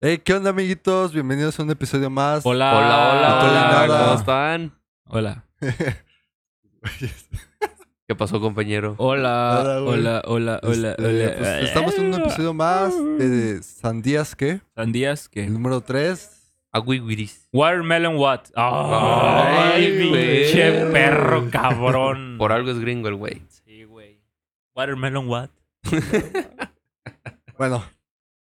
Hey, ¿qué onda, amiguitos? Bienvenidos a un episodio más. Hola, Hola, hola, Hola, hola, nada. ¿cómo están? Hola. Este, ¿Qué pasó, compañero? Hola, Nada, güey. hola, hola, hola, Este, hola. pues, Eh. estamos en un episodio más de Sandías, ¿qué? Sandías El que. número 3. Ah, Agüigüiris. Watermelon What. Ay, Ay, güey. pinche perro cabrón. Por algo es gringo el güey. Sí, güey. Watermelon What. Bueno,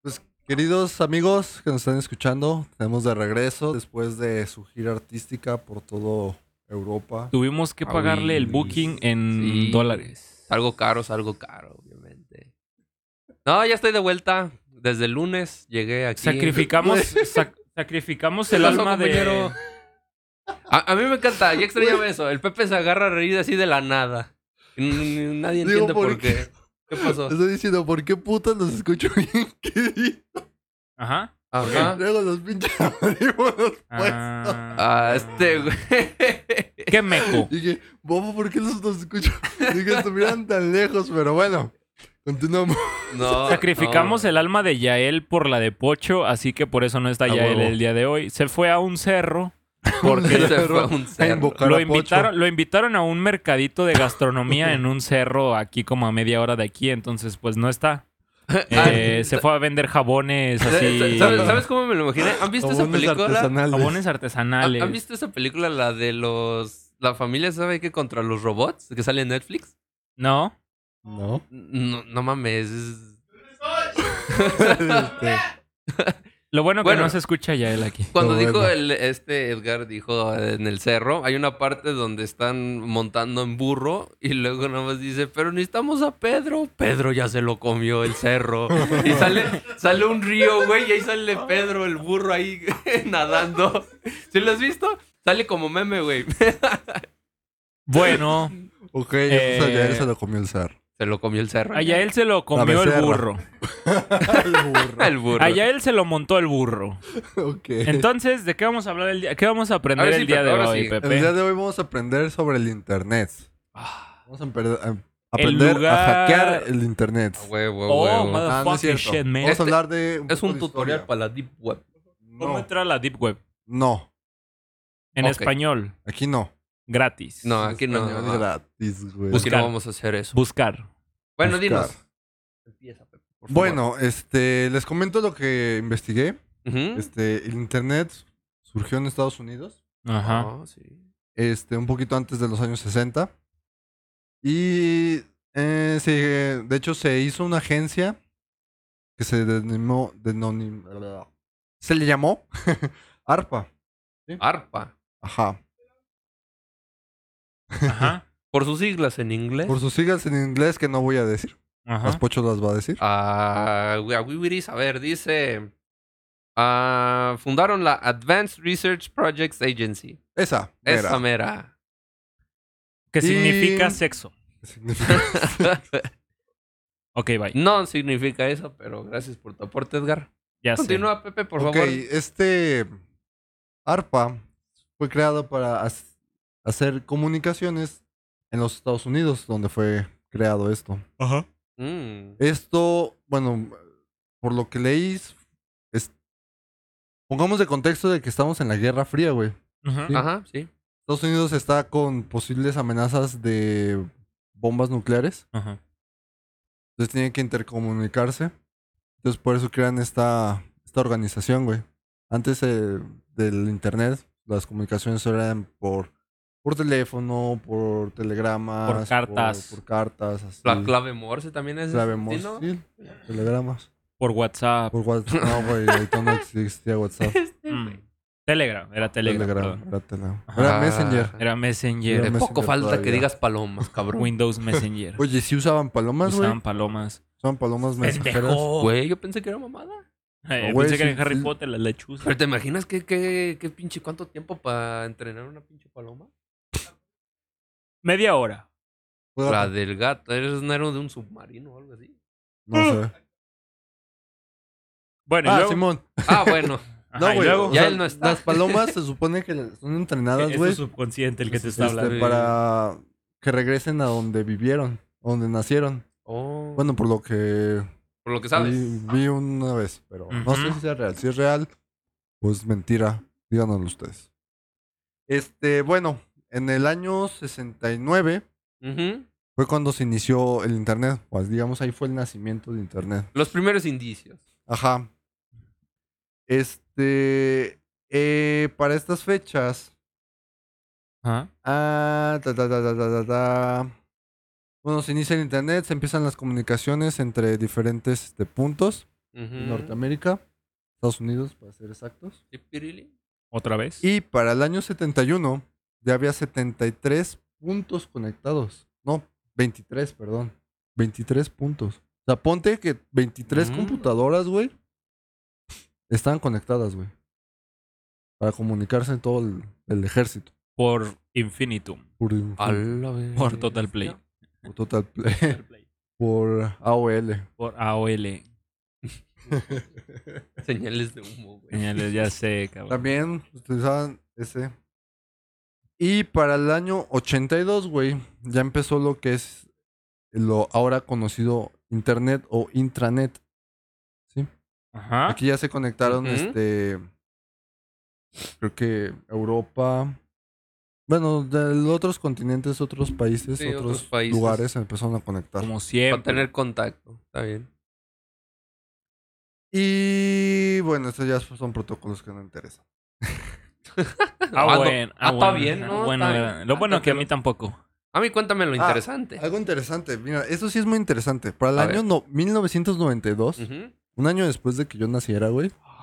pues queridos amigos que nos están escuchando, tenemos de regreso después de su gira artística por todo Europa. Tuvimos que Ay, pagarle el booking en Ah, sí. dólares. Algo caro, es algo caro, obviamente. No, ya estoy de vuelta. Desde el lunes llegué aquí. Sacrificamos, sac- sacrificamos ¿Qué el pasó, alma de. compañero? A, a mí me encanta, ya extrañaba eso. El Pepe se agarra a reír así de la nada. Y n- n- Nadie Digo, entiende ¿por por qué. ¿Qué pasó? Estoy diciendo, ¿por qué putas los escucho bien? querido? Ajá. Ajá. Luego los pinches audífonos pues. puestos. Ah, Ah, este güey. Qué meco. Dije, Bobo, ¿por qué los dos escucho? Dije, estuvieran tan lejos, pero bueno, continuamos. No. Sacrificamos no. Ah, el alma de Yael por la de Pocho, así que por eso no está A Yael huevo. el día de hoy. Se fue a un cerro porque Se fue a un cerro. invocar lo a Pocho. invitaron, lo invitaron a un mercadito de gastronomía en un cerro aquí como a media hora de aquí, entonces pues no está. Eh, Ah, se fue a vender jabones Eh, ¿Sabes, así. ¿Sabes cómo me lo imaginé? ¿Han visto esa Jabones película? artesanales. Jabones ¿Han artesanales. han visto esa película, la de los... La familia sabe que contra los robots que sale en Netflix? No. No. No, no mames. es- Este, Lo bueno, Bueno. que no se escucha ya él aquí. Cuando Bueno. dijo el, este Edgar, dijo en el cerro, hay una parte donde están montando en burro y luego nomás dice, pero necesitamos a Pedro. Pedro ya se lo comió el cerro. Y sale, sale un río, güey, y ahí sale Pedro, el burro ahí nadando. ¿Sí lo has visto? Sale como meme, güey. Bueno, ok, Eh, o sea, ya él se lo comió el zar. Se lo comió el cerro. a Yael se lo comió el becerra. burro. El burro. A Yael se lo montó el burro. ok. Entonces, ¿de qué vamos a hablar el día? ¿Qué vamos a aprender Ahora sí, el día Pepe, de ahora hoy, sí. el día Pepe? de hoy vamos a aprender sobre el internet. Ah, Vamos a, emper- a- a El aprender a lugar- hackear el internet. huevo, Oh, huevo. Ah, no es motherfucking cierto. shit, man. Vamos a Este- hablar de. Es poco un de tutorial historia. para la Deep Web. ¿Cómo No, entrar a la Deep Web? no, En Ok. español, aquí no. gratis. No, aquí no. Español no. gratis, güey. Aquí no Buscar. vamos a hacer eso. Buscar. bueno, Buscar. dinos. Empieza, Pepe, por favor. Bueno, este, les comento lo que investigué. Ujú. Este, el internet surgió en Estados Unidos, Ajá. Oh. Ah, sí. este, un poquito antes de los años 60. Y eh, se- de hecho se hizo una agencia que se denominó, denonim- se le llamó ARPA. ARPA. Ajá. Ajá. Por sus siglas en inglés. Por sus siglas en inglés que no voy a decir. Las Ajá. pochos las va a decir. Ah, we- a Wiwiris, a ver, dice. ah, fundaron la Advanced Research Projects Agency. Esa. Esa Esa. mera. Que Y- significa sexo. Ok, bye. no significa eso, pero gracias por tu aporte, Edgar. Ya sé. Continúa, Pepe, por ok, favor. este ARPA fue creado para has- hacer comunicaciones en los Estados Unidos, donde fue creado esto. Ajá. Mm. Esto, bueno, por lo que leís, es- pongamos de contexto de que estamos en la Guerra Fría, güey. Ajá. Sí. Ajá, sí. Estados Unidos está con posibles amenazas de bombas nucleares, Ajá. entonces tienen que intercomunicarse. Entonces por eso crean esta, esta organización, güey. Antes eh, del Internet, las comunicaciones eran por, por teléfono, por telegramas, Por cartas. Por, por cartas, así. La clave Morse también es. Clave argentino. Morse, sí, telegramas. Por WhatsApp. Por WhatsApp. No, güey, ahorita no existía WhatsApp. Este, Mm. Telegram. Era Telegram. perdón. Era Telegram. Ajá. Era Messenger. Ah, Era Messenger. Era eh, poco Messenger falta que todavía. digas palomas, cabrón. Windows Messenger. Oye, ¿sí usaban palomas, güey? Usaban palomas. Usaban palomas mensajeras. Pendejo. Güey, yo pensé que era mamada. Eh, No, güey, pensé que sí, era en Harry sí. Potter, la lechuza. Pero te imaginas qué, qué, qué pinche cuánto tiempo para entrenar una pinche paloma? Media hora. Fue La gato. del gato, eres un héroe de un submarino o algo así. No sé. Bueno, y Ah, luego- Simón. Ah, bueno. Ajá, No, y güey. luego- o sea, Ya él no está. Las palomas se supone que son entrenadas, Es güey. tu subconsciente el que te está este, hablando. Para que regresen a donde vivieron, a donde nacieron. Oh. Bueno, por lo que Por lo que sabes. Vi, vi una vez, pero no sé Ujú. si sea real. Si es real, pues mentira. Díganoslo ustedes. Este, bueno, en el año 69 Ujú. fue cuando se inició el Internet. Pues digamos, ahí fue el nacimiento de Internet. Los primeros indicios. Ajá. Este, eh, para estas fechas, Ajá. Ah, ta, ta, ta, ta, ta, ta, ta. Bueno, se inicia el internet, se empiezan las comunicaciones entre diferentes este, puntos. Ujú. Norteamérica, Estados Unidos, para ser exactos. Tipirili. ¿Otra vez? Y para el año 71 ya había 73 puntos conectados. No, 23, perdón. 23 puntos. O sea, ponte que 23 Mm. computadoras, güey, están conectadas, güey. Para comunicarse en todo el, el ejército. Por Infinitum. Por, A la vez. Por Total Play. por Total Play. Por AOL. Por AOL. Señales de humo, güey. Señales, ya sé, cabrón. También utilizaban ese. Y para el año 82, güey, ya empezó lo que es lo ahora conocido Internet o Intranet. Ajá. Aquí ya se conectaron, Ah. Ujú. este, creo que Europa. Bueno, de otros continentes, otros países, Sí, otros, otros países. lugares se empezaron a conectar. Como Para siempre. tener contacto. Está bien. Y bueno, estos ya son protocolos que no interesan. Ah, Ando- bueno. Ah, Ah, está bueno. bien, ah, ¿no? bueno, Está eh, bien. Lo bueno que a Ándatelo. mí tampoco. A mí cuéntame lo Ah, interesante. Algo interesante, mira, eso sí es muy interesante. Para el A año ver. no- 1992, Ujú. un año después de que yo naciera, güey, Ah,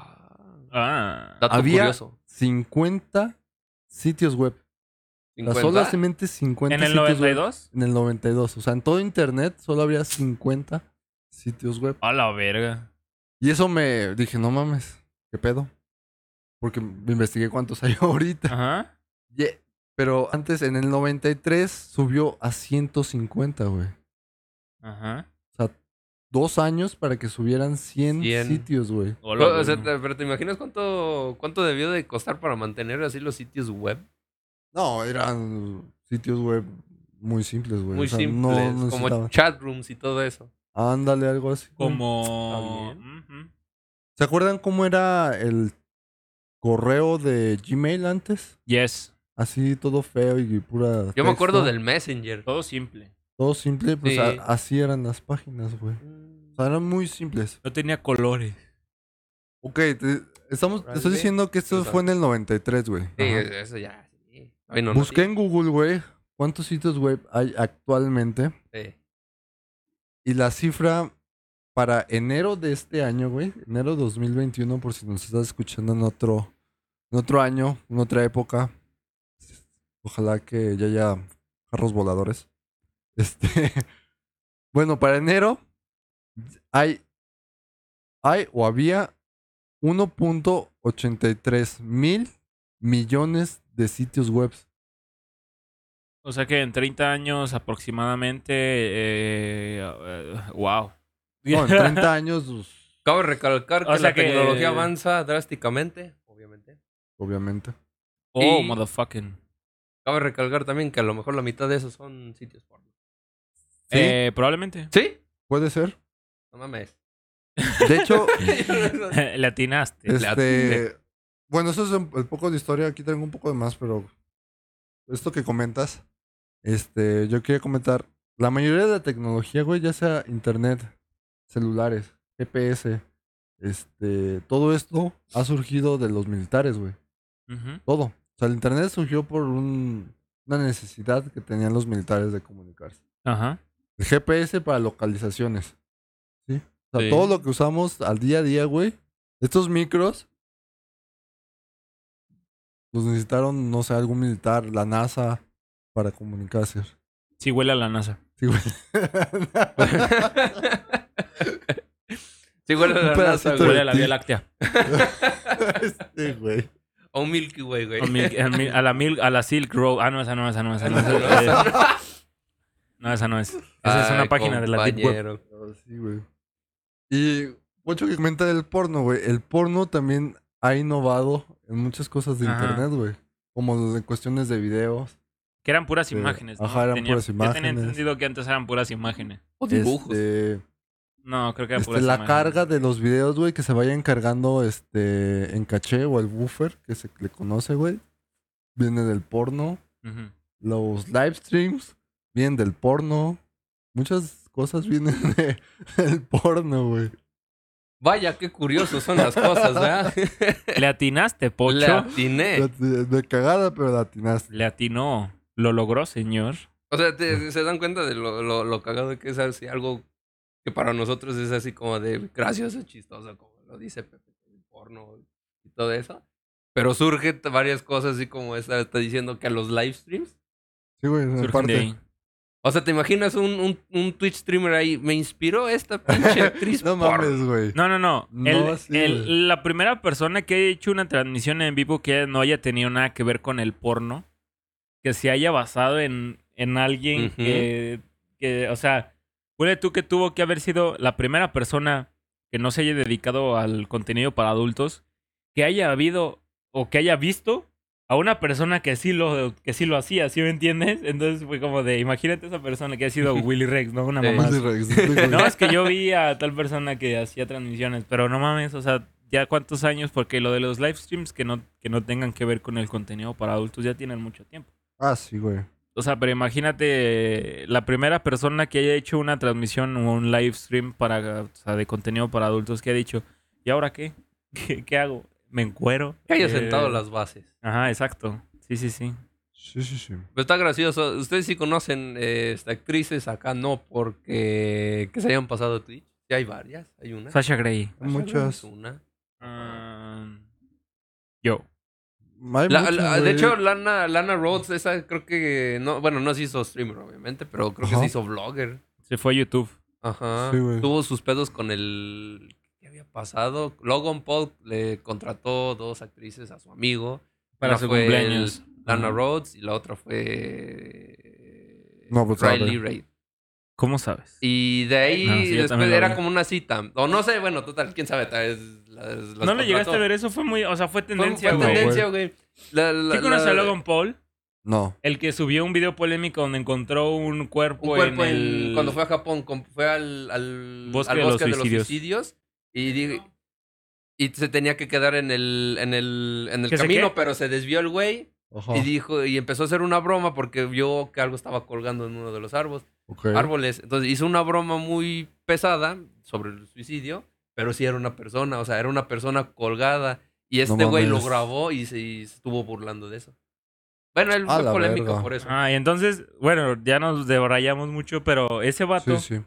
Ah. Dato Había- curioso. 50 sitios web. O sea, 50. solamente 50 ¿En el sitios web. 92? En el 92. O sea, en todo internet solo había 50 sitios web. A la verga. Y eso me dije, no mames, ¿qué pedo? Porque me investigué cuántos hay ahorita. Ajá. Ye- Pero antes, en el 93, subió a 150, güey. Ajá. O sea, dos años para que subieran 100, Cien. sitios, güey. Hola, Pero, o sea, güey. te- pero te imaginas cuánto, cuánto debió de costar para mantener así los sitios web. No, eran sitios web muy simples, güey. Muy O sea, simples, No como necesitaban. chatrooms y todo eso. Ándale, algo así. güey. Como. Está Ujú. ¿Se acuerdan cómo era el correo de Gmail antes? Yes. Así todo feo y pura. Yo me acuerdo texto. del Messenger. Todo simple. Todo simple, pues Sí. a- así eran las páginas, güey. O sea, eran muy simples. No tenía colores. Ok, te- estamos, te estoy Órale. diciendo que esto fue en el 93, güey. Sí, Ajá. eso ya. sí. Ay, no, no, Busqué en Google, güey, cuántos sitios web hay actualmente. sí. Y la cifra para enero de este año, güey, enero 2021, por si nos estás escuchando en otro, en otro año, en otra época. Ojalá que ya haya carros voladores. Este, bueno, para enero hay, hay o había 1.83 mil millones de sitios web. O sea que en 30 años aproximadamente. Eh, eh, wow. No, en 30 años, pues, Cabe recalcar que O sea la que- tecnología avanza drásticamente, obviamente. obviamente. oh, Y- motherfucking. Cabe recalcar también que a lo mejor la mitad de esos son sitios porno. Sí, Eh, probablemente. ¿Sí? puede ser. No mames. De hecho, Le atinaste. Es- Este, bueno, eso es un, el poco de historia. Aquí tengo un poco de más, pero esto que comentas, este, yo quería comentar. La mayoría de la tecnología, güey, ya sea internet, celulares, GPS, este, todo esto ha surgido de los militares, güey. Ujú. Todo. O sea, el internet surgió por un- una necesidad que tenían los militares de comunicarse. Ajá. El GPS para localizaciones. ¿Sí? O sea, Sí. todo lo que usamos al día a día, güey. Estos micros. Los necesitaron, no sé, algún militar, la NASA, para comunicarse. Sí, huele a la NASA. Sí, güey. sí, huele a Un la pedacito NASA, de- Huele güey. a la Sí. Vía Láctea. Este, güey. O un Milky Way, güey. A, mil- a mil- a la mil- a la Silk Road. Ah, no, esa no, esa no, esa no. Esa no, No, esa no es. Esa es una Ay, página de la Deep Web. compañero. Pero Sí, güey. Y mucho que comenta del porno, güey. El porno también ha innovado en muchas cosas de Ajá. internet, güey. Como en cuestiones de videos. Que eran puras Sí. imágenes. ¿no? Ajá, eran puras Yo tenía imágenes. entendido que antes eran puras imágenes. O dibujos. Este, No, creo que era Este, pura la semana. carga de los videos, güey, que se vayan cargando este, en caché o el buffer que se le conoce, güey. Viene del porno. Ujú. Los live streams vienen del porno. Muchas cosas vienen de- del porno, güey. Vaya, qué curiosos son las cosas, ¿verdad? Le atinaste, Pocho. Le Eh. atiné. De, de cagada, pero la atinaste. Le atinó. Lo logró, señor. O sea, te- se dan cuenta de lo, lo, lo cagado que es así algo que para nosotros es así como de gracioso, chistoso, como lo dice Pepe, el porno y todo eso. Pero surge t- varias cosas así como esta, está diciendo que a los live streams. Sí, güey, en Surgen de parte. ahí. O sea, ¿te imaginas un, un, un Twitch streamer ahí? Me inspiró esta pinche actriz No porno. mames, güey. No, no, no. No, El- sí, el- güey. la primera persona que haya hecho una transmisión en vivo que no haya tenido nada que ver con el porno, que se haya basado en, en alguien Ujú. que, que, o sea, ponle tú que tuvo que haber sido la primera persona que no se haya dedicado al contenido para adultos, que haya habido o que haya visto a una persona que sí lo, que sí lo hacía, ¿sí me entiendes? Entonces fue como de, imagínate esa persona que ha sido Willy Rex, ¿no? Una Sí. mamá. así. Willy Rex, sí, güey. No, es que yo vi a tal persona que hacía transmisiones, pero no mames, o sea, ya cuántos años, porque lo de los live streams que no, que no tengan que ver con el contenido para adultos ya tienen mucho tiempo. Ah, sí, güey. O sea, pero imagínate eh, la primera persona que haya hecho una transmisión o un live stream para, o sea, de contenido para adultos que ha dicho, ¿y ahora qué? ¿Qué, qué hago? ¿Me encuero? Que haya Eh, sentado las bases. Ajá, exacto. Sí, sí, sí. Sí, sí, sí. Pero está gracioso. Ustedes sí conocen eh, este, actrices acá, no porque que se hayan pasado Twitch. Ya hay varias, hay una. Sasha Grey. Hay muchas. Una. Ah, yo. Hay La- muchas, la- de güey. hecho, Lana, Lana Rhodes, esa creo que. No, bueno, no se hizo streamer, obviamente, pero creo que Ajá. se hizo vlogger. Se fue a YouTube. Ajá. Sí, güey. Tuvo sus pedos con el. ¿Qué había pasado? Logan Paul le contrató dos actrices a su amigo. Para Una su fue cumpleaños. el Lana Ajá. Rhodes y la otra fue. No, pues, Riley sabe. Reid. ¿Cómo sabes? Y de ahí No, sí, yo después también lo era vi. como una cita. O no sé, bueno, total, quién sabe. tal vez las- las No lo llegaste contrató. a ver, eso fue muy, o sea, fue Fue- tendencia, Fue, güey. tendencia, güey. La- la- ¿Sí conoces la- a Logan Paul? No. El que subió un video polémico donde encontró un cuerpo, Un cuerpo en el... en- cuando fue a Japón, con- fue al, al- Bosque al de los suicidios. suicidios y, di- y se tenía que quedar en el, en el, en el ¿Que se camino, qué? Oh. pero se desvió el güey Ajá. y dijo y empezó a hacer una broma porque vio que algo estaba colgando en uno de los árboles. Ok. árboles. Entonces hizo una broma muy pesada sobre el suicidio, pero sí era una persona, o sea, era una persona colgada. Y este güey lo mames. grabó y se, y se estuvo burlando de eso. Bueno, él A fue la polémico verga. por eso. Ah, y entonces, bueno, ya nos debrayamos mucho, pero ese vato, Sí, sí.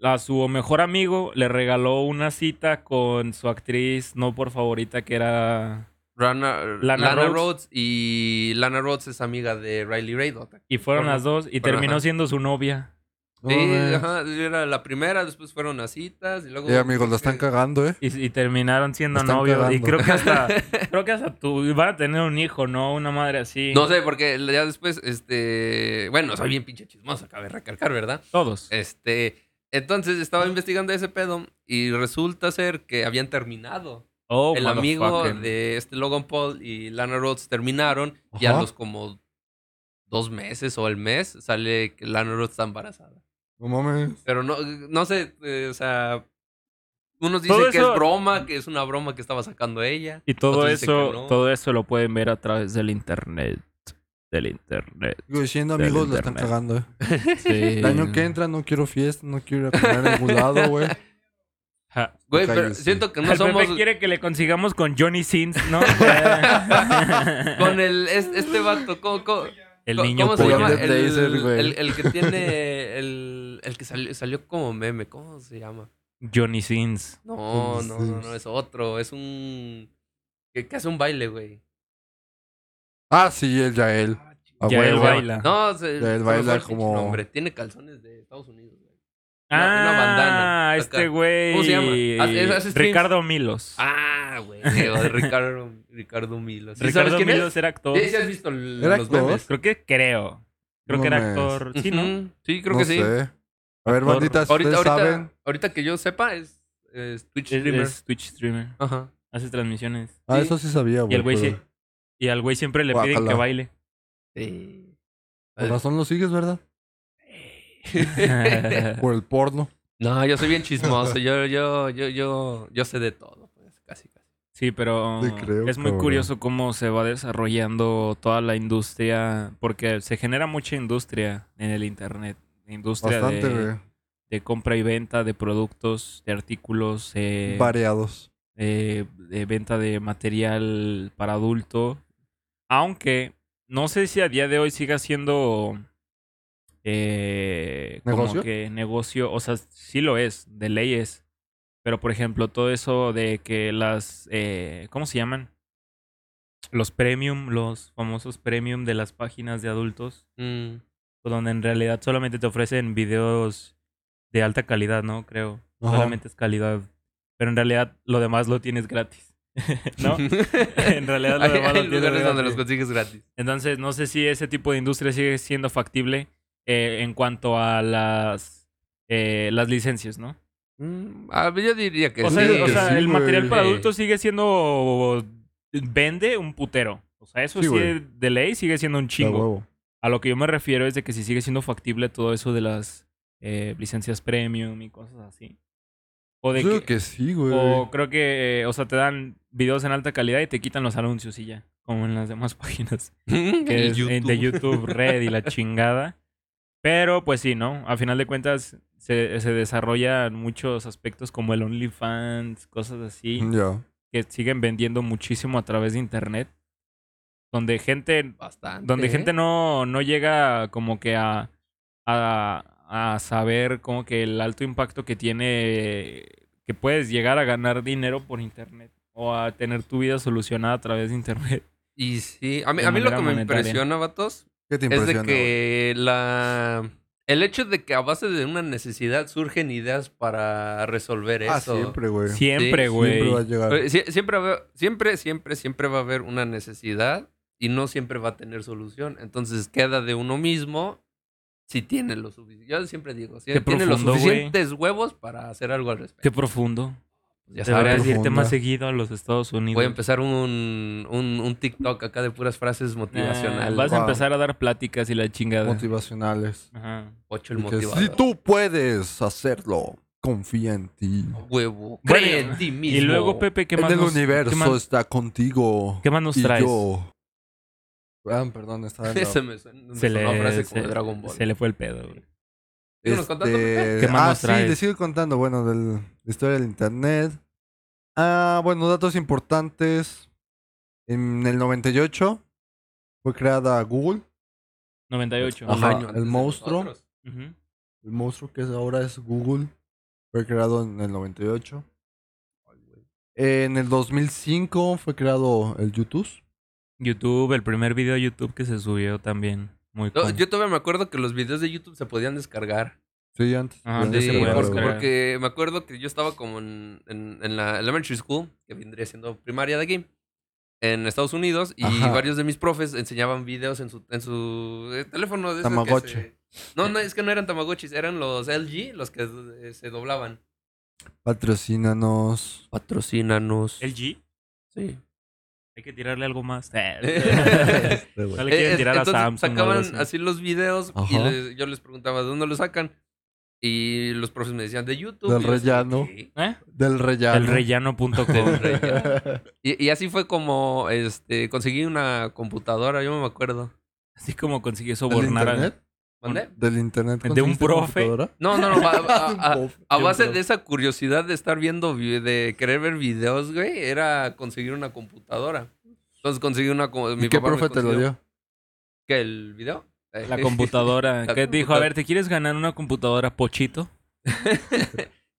a su mejor amigo, le regaló una cita con su actriz, no por favorita, que era... Rana- Lana Lana, Rhodes. Rhodes. y Lana Rhodes es amiga de Riley Reid. Y fueron Ajá. las dos y Bueno, terminó ajá. siendo su novia. No Sí, mames. ajá, era la primera, después fueron a citas y luego... Eh, amigos, la están cagando, ¿eh? Y, y terminaron siendo Están novios. Y cagando. creo que hasta... creo que hasta tú... Van a tener un hijo, ¿no? Una madre así. No sé, porque ya después, este... Bueno, soy bien pinche chismoso, cabe recalcar, ¿verdad? Todos. Este, entonces estaba investigando ese pedo y resulta ser que habían terminado. Oh, el amigo motherfucker. de este Logan Paul y Lana Rhodes terminaron y a Ajá. los como dos meses o el mes sale que Lana Rhodes está embarazada. No mames. Pero no, no sé, eh, o sea, unos dicen Todo que eso- mm. es broma, que es una broma que estaba sacando ella. Y todo Otros dicen eso, que no. todo eso lo pueden ver a través del internet. Del internet. Digo, siendo Del amigos, la están internet. cagando, ¿eh? Sí. El año que entra no quiero fiesta, no quiero ir a comer a ningún lado, güey. Ja. Güey, pero cállese. siento que no El somos Pepe quiere que le consigamos con Johnny Sins, ¿no? con el es- este vato, ¿cómo- cómo? el Co- niño ¿Cómo se polla. llama? El El, de Taser, güey. el- el que tiene. El, el que salió, salió como meme. ¿Cómo se llama? Johnny Sins. No, Pues, no, no, sí. no, es otro. Es un. Que, que hace un baile, güey. Ah, sí, el Yael. A Ah, Ya él huevo. baila. No, se, Ya, él se me baila fue el pinche como- nombre. Tiene calzones de Estados Unidos, güey. una- ah, una bandana. este Acá. güey. ¿Cómo se llama? Ah, Hace- hace streams. Ricardo Milos. Ah, güey. o de Ricardo, Ricardo Milos. ¿Sí Ricardo sabes quién Milos es? era actor. Sí, sí has visto el- ¿Era los actor? memes. Creo que creo. Creo que era Mames. actor. Sí, ¿no? Ujú. Sí, creo No que sí. sé. A ver, Actor. banditas, Ahorita, ¿ustedes ahorita, saben? ahorita que yo sepa, es, es Twitch Es, streamer. es Twitch streamer. Ajá. Hace transmisiones. Ah, sí. eso sí sabía, güey. Y el güey pero- sí. Y al güey siempre le piden Guácala. que baile. Sí. Ah, Por razón lo sigues, ¿verdad? Por el porno. No, yo soy bien chismoso. Yo, yo, yo, yo, yo sé de todo, pues, casi, casi. Sí, pero Te creo, es muy cabrón. curioso cómo se va desarrollando toda la industria, porque se genera mucha industria en el Internet. Industria Bastante de, güey, de compra y venta de productos, de artículos, eh, variados. de, de venta de material para adulto. Aunque no sé si a día de hoy siga siendo eh, ¿Negocio? como que negocio. O sea, sí lo es, de leyes. Pero por ejemplo, todo eso de que las. eh, ¿Cómo se llaman? Los premium, los famosos premium de las páginas de adultos Mm. pues, donde en realidad solamente te ofrecen videos de alta calidad, ¿no? Creo. Ajá. Solamente es calidad. Pero en realidad lo demás lo tienes gratis. ¿No? en realidad lo hay, demás lo hay tienes lugares donde gratis. los consigues gratis. Entonces, no sé si ese tipo de industria sigue siendo factible eh, en cuanto a las, eh, las licencias, ¿no? Mm, ah, yo diría que O sí. sea, o que sea, sí, el material güey. para Sí. adultos sigue siendo... Vende un putero. O sea, eso Sí, sí, güey. de ley sigue siendo un De chingo. huevo. A lo que yo me refiero es de que si sigue siendo factible todo eso de las eh, licencias premium y cosas así. O de Yo que, creo que sí, güey. o creo que, eh, o sea, te dan videos en alta calidad y te quitan los anuncios y ya, como en las demás páginas que El es, eh, de YouTube Red y la chingada. Pero pues sí, ¿no? A final de cuentas se, se desarrollan muchos aspectos como el OnlyFans, cosas así Ya. que siguen vendiendo muchísimo a través de internet, donde gente Bastante. donde gente no, no llega como que a, a, a saber como que el alto impacto que tiene que puedes llegar a ganar dinero por internet o a tener tu vida solucionada a través de internet. Y sí, a mí, de a mí lo manera que me monetaria. impresiona, vatos, ¿Qué te es impresiona? de que la... El hecho de que a base de una necesidad surgen ideas para resolver güey? Ah, eso. siempre, güey. Siempre, Sí, güey. Siempre va a llegar. Eh, sie- Siempre, va- siempre, siempre, siempre va a haber una necesidad y no siempre va a tener solución. Entonces queda de uno mismo si tiene lo suficiente. Yo siempre digo, si Qué tiene los profundo, güey. suficientes huevos para hacer algo al respecto. Qué profundo. Ya Deberías sabrás. irte Profunda. más seguido a los Estados Unidos. Voy a empezar un, un, un TikTok acá de puras frases Ah, motivacionales. vas a Wow. empezar a dar pláticas y la chingada. Motivacionales. Ajá. Ocho el Y que motivador. si tú puedes hacerlo, confía en ti. Huevo. Bueno, Cree en ti mismo. Y luego, Pepe, ¿qué en más el nos- universo ¿qué más, está contigo. qué más nos y traes? yo. Ah, perdón, estaba en la- Se me suena, me Se sonó le, frase se- como de Dragon Ball. se le fue el pedo, güey. Síguenos contando, Pepe. ¿Qué más este, ah, nos sí, traes? les sigo contando, bueno, del- la historia del internet. Ah, bueno, datos importantes. En el 98 fue creada Google, 98. Ajá. Un año antes el de monstruo. nosotros. Ujú. el monstruo que es ahora es Google. Fue creado en el 98. En el 2005 fue creado el YouTube. YouTube, el primer video de YouTube que se subió también. Muy No, Ah. cool. yo todavía me acuerdo que los videos de YouTube se podían descargar. Sí, antes. Ah, Ya sí, se Sí, puede, bueno, porque, güey. claro. porque me acuerdo que yo estaba como en, en- en la elementary school, que vendría siendo primaria de aquí, en Estados Unidos, y Ajá. varios de mis profes enseñaban videos en su, en su eh, teléfono. De esos que Tamagotchi. se- No, no, es que no eran Tamagotchis, eran los LG, los que eh, se doblaban. Patrocínanos. Patrocínanos. ¿El G? Sí. Hay que tirarle algo más. Eh, Este, güey. No le quieren es- tirar a entonces Samsung. o algo sacaban así. así. los videos y Ajá. les- yo les preguntaba, ¿de dónde los sacan? Y los profes me decían, de YouTube. Del Y yo decía, rellano. "¿Qué? ¿Eh? Del rellano. Del Elrellano.com. rellano. Y, y así fue como este conseguí una computadora, yo me acuerdo. Así como consiguió ¿Del sobornar a- internet? ¿Mandé? ¿Del internet? ¿De un conseguiste profe? computadora? No, no, no. A, a- a- Un profe, a un base profe. de esa curiosidad de estar viendo, vi- de querer ver videos, güey, era conseguir una computadora. Entonces conseguí una. co- ¿Y pues, mi qué papá me profe te lo consiguió- dio? ¿Qué, el video? Eh, la computadora. La que dijo, a computadora. ver, ¿te quieres ganar una computadora, Pochito?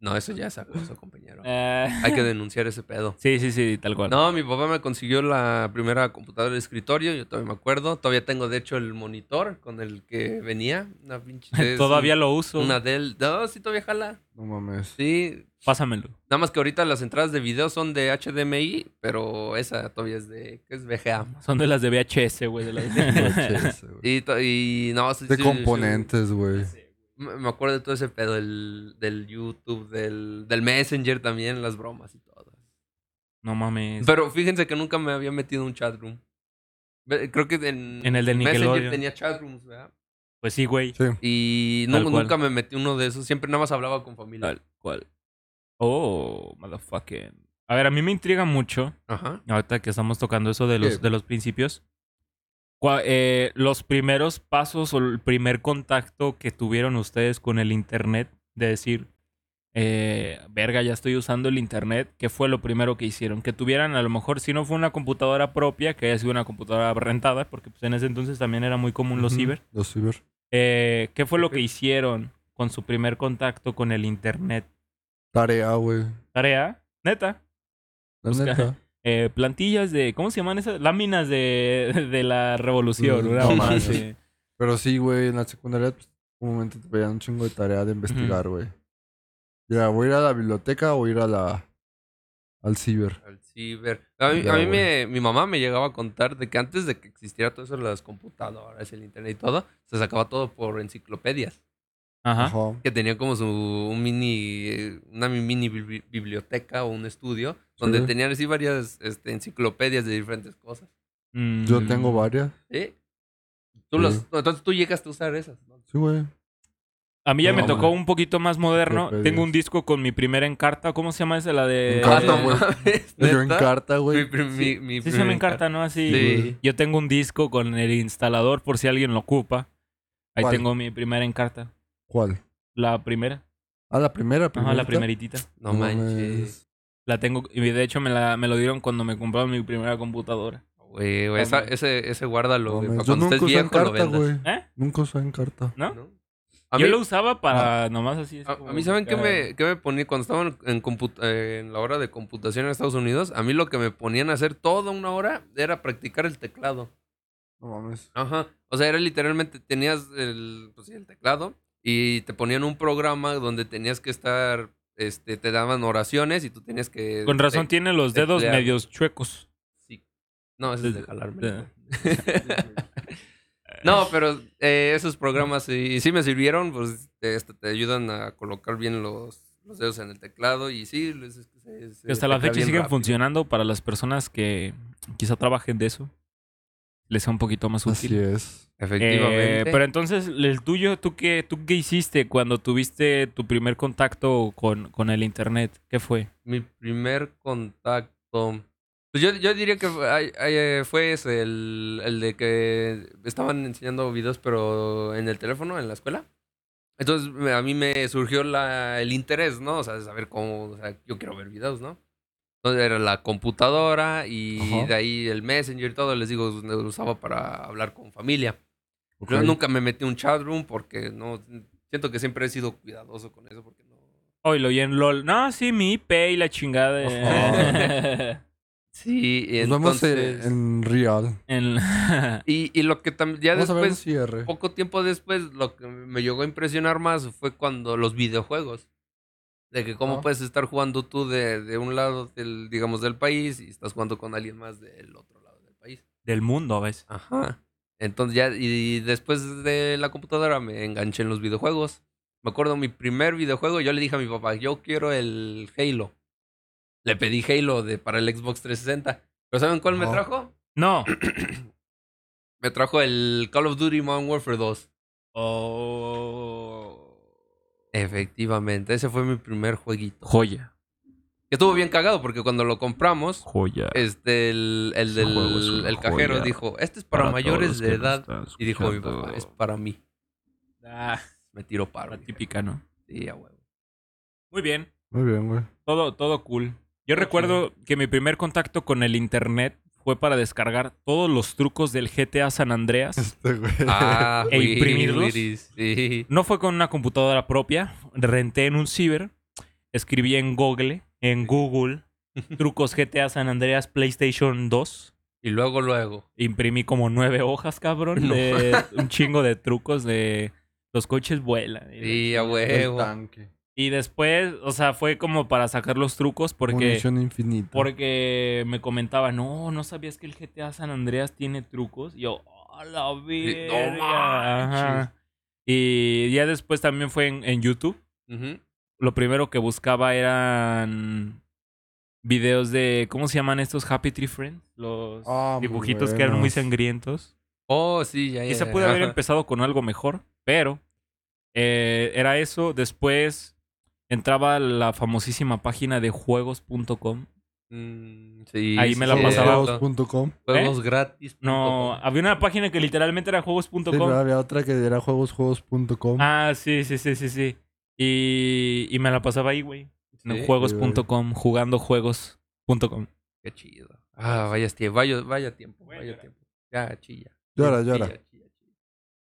No, eso ya es acoso, compañero. Eh, Hay que denunciar ese pedo. sí, sí, sí, tal cual. No, mi papá me consiguió la primera computadora de escritorio, yo todavía me acuerdo. Todavía tengo, de hecho, el monitor con el que venía. Una pinche. es Todavía un- lo uso. Una del. No, sí, todavía jala. No mames. Sí. Pásamelo. Nada más que ahorita las entradas de video son de HDMI, pero esa todavía es de. ¿Qué es VGA? Son de las de VHS, güey. de las- VHS, güey. Y, to- y no, sí, de sí, sí. componentes, güey. Me me acuerdo de todo ese pedo del, del YouTube, del, del Messenger también, las bromas y todo. no mames. Pero fíjense que nunca me había metido en un chatroom. Ve- Creo que en, En el del Messenger Nickelodeon. tenía chatrooms, ¿verdad? Pues sí, güey. Sí. Y Tal nu- cual. nunca me metí uno de esos. Siempre nada más hablaba con familia. Tal cual. Oh, motherfucking. A ver, a mí me intriga mucho, Ajá. ahorita que estamos tocando eso de ¿Qué? los, de los principios, cua- eh, los primeros pasos o el primer contacto que tuvieron ustedes con el Internet, de decir, eh, verga, ya estoy usando el Internet, ¿qué fue lo primero que hicieron? Que tuvieran, a lo mejor, si no fue una computadora propia, que haya sido una computadora rentada, porque pues, en ese entonces también era muy común los Ujú, ciber. Los ciber. Eh, ¿Qué fue lo que hicieron con su primer contacto con el Internet? Tarea, güey. Tarea, neta. La Busca- neta. eh, plantillas de, ¿cómo se llaman esas? Láminas de, de la revolución. Mm, una no mamá mames. así. Pero sí, güey, en la secundaria, pues, un momento te pedían un chingo de tarea de investigar, güey. Ya, ¿voy a ir a la biblioteca o ir a la. al ciber? Al ciber. A mí, Ya, a mí güey. me, mi mamá me llegaba a contar de que antes de que existiera todo eso, las computadoras, el internet y todo, se sacaba todo por enciclopedias. Ajá. Ajá. que tenía como su un mini eh, una mi- mini bibli- biblioteca o un estudio donde Sí. tenían así varias este, enciclopedias de diferentes cosas. Mm. Yo tengo varias. ¿Sí? ¿Eh? Tú Sí. las- no, entonces tú llegaste a usar esas. ¿no? Sí, güey. A mí ya No, me mames. tocó un poquito más moderno. Enciclopedias. Tengo un disco con mi primera encarta. ¿Cómo se llama esa? La de... Ah, Encarta, Ah, güey. mames, Yo en ¿neta? carta, Mi güey. prim- mi- mi Sí, se primera llama encarta, ¿no? Así. Sí. Yo tengo un disco con el instalador por si alguien lo ocupa. Ahí ¿Cuál? tengo mi primera encarta. ¿Cuál? La primera. Ah, la primera, Ajá, la primerita. primeritita. No mames. manches. La tengo... Y de hecho me, la, me lo dieron cuando me compraron mi primera computadora. Güey, güey, esa- ese, ese guárdalo, No güey. mames. para Yo cuando nunca estés usé en viejo lo carta, vendas. güey. ¿Eh? Nunca usé en carta. ¿No? ¿no? A Yo mí- lo usaba para nomás así. es A, a como mí, ¿saben qué buscar- me, qué me ponía? Cuando estaba en, en compu- eh, en la hora de computación en Estados Unidos, a mí lo que me ponían a hacer toda una hora era practicar el teclado. No mames. Ajá. O sea, era literalmente, tenías el, pues, sí, el teclado y te ponían un programa donde tenías que estar, este, te daban oraciones y tú tenías que... Con razón te- tiene los dedos teclear. medios chuecos. sí. No, ese es de Eh, jalarme. No, pero eh, esos programas sí, sí me sirvieron, pues te, este, te ayudan a colocar bien los, los dedos en el teclado y sí, les- es que se- se que hasta la teclea fecha bien siguen rápido. funcionando para las personas que quizá trabajen de eso. Les sea un poquito más Así útil. es. Efectivamente. Eh, pero entonces, el tuyo, ¿tú qué, ¿tú qué hiciste cuando tuviste tu primer contacto con, con el internet? ¿Qué fue? Mi primer contacto. Pues yo, yo diría que fue, ay- ay, eh, fue ese, el, el de que estaban enseñando videos, pero en el teléfono, en la escuela. Entonces me- a mí me surgió la, el interés, ¿no? O sea, de saber cómo, o sea, yo quiero ver videos, ¿no? Entonces era la computadora y Ajá. de ahí el Messenger y todo, les digo, lo usaba para hablar con familia. Ok. Yo nunca me metí a un chatroom porque no, siento que siempre he sido cuidadoso con eso porque no... Hoy lo oí en LOL. No, sí, mi IP y la chingada. eh. Sí, Nos vemos en, entonces... en Real. En- Y, y lo que también, ya Vamos a ver un después, cierre. poco tiempo después, lo que me llegó a impresionar más fue cuando los videojuegos. De que cómo Ajá. puedes estar jugando tú de, de un lado del, digamos, del país y estás jugando con alguien más del otro lado del país. del mundo, ¿ves? Ajá. Entonces ya, y después de la computadora me enganché en los videojuegos. Me acuerdo mi primer videojuego, yo le dije a mi papá, yo quiero el Halo. Le pedí Halo de, para el Xbox 360. ¿Pero saben cuál me Ajá. trajo? No. Me trajo el Call of Duty Modern Warfare 2. Oh. Efectivamente, ese fue mi primer jueguito. Joya. Que estuvo bien cagado porque cuando lo compramos, Joya. este, el, el Ese del juego es una el cajero joya dijo, este es para, mayores de edad. Y dijo mi papá, papá, es para mí. Ah, Me tiró paro. la típica, ¿no? Sí, a huevo. Muy bien. Muy bien, güey. Todo, todo cool. Yo recuerdo que mi primer contacto con el internet fue para descargar todos los trucos del GTA San Andreas. Este, güey. Ah, ¿E imprimirlos? Willis, Sí. No fue con una computadora propia. Renté en un ciber. Escribí en Google, en Google, trucos GTA San Andreas PlayStation 2. Y luego, luego. imprimí como nueve hojas, cabrón, No. de un chingo de trucos de los coches vuelan. y la Sí, a chingada. El huevo. tanque. Y después, o sea, fue como para sacar los trucos porque Munición infinita. porque me comentaba, "No, no sabías que el GTA San Andreas tiene trucos." Y yo, "A la verga." manches. Ajá. Y ya después también fue en, en YouTube. Ujú. Lo primero que buscaba eran videos de ¿cómo se llaman estos Happy Tree Friends? Los Ah, muy dibujitos que eran muy buenos. sangrientos. Oh, sí, ya, ya. Quizá ya. pude haber Ajá. empezado con algo mejor, Pero eh, era eso. Después entraba la famosísima página de juegos.com. Mm, sí, Ahí sí, me la sí, pasaba. cierto. Juegos.com. Juegos gratis. No, había una página que literalmente era Sí, juegos.com. pero había otra que era juegosjuegos.com. Ah, sí, sí, sí, sí, sí. Y, y me la pasaba ahí, güey. En Sí, juegos.com, jugando juegos.com. Qué chido. Ah, vaya, tie- vaya, vaya tiempo, Voy a vaya llorar. tiempo. Ya, chilla. Llora, Chilla, llora. chilla, chilla.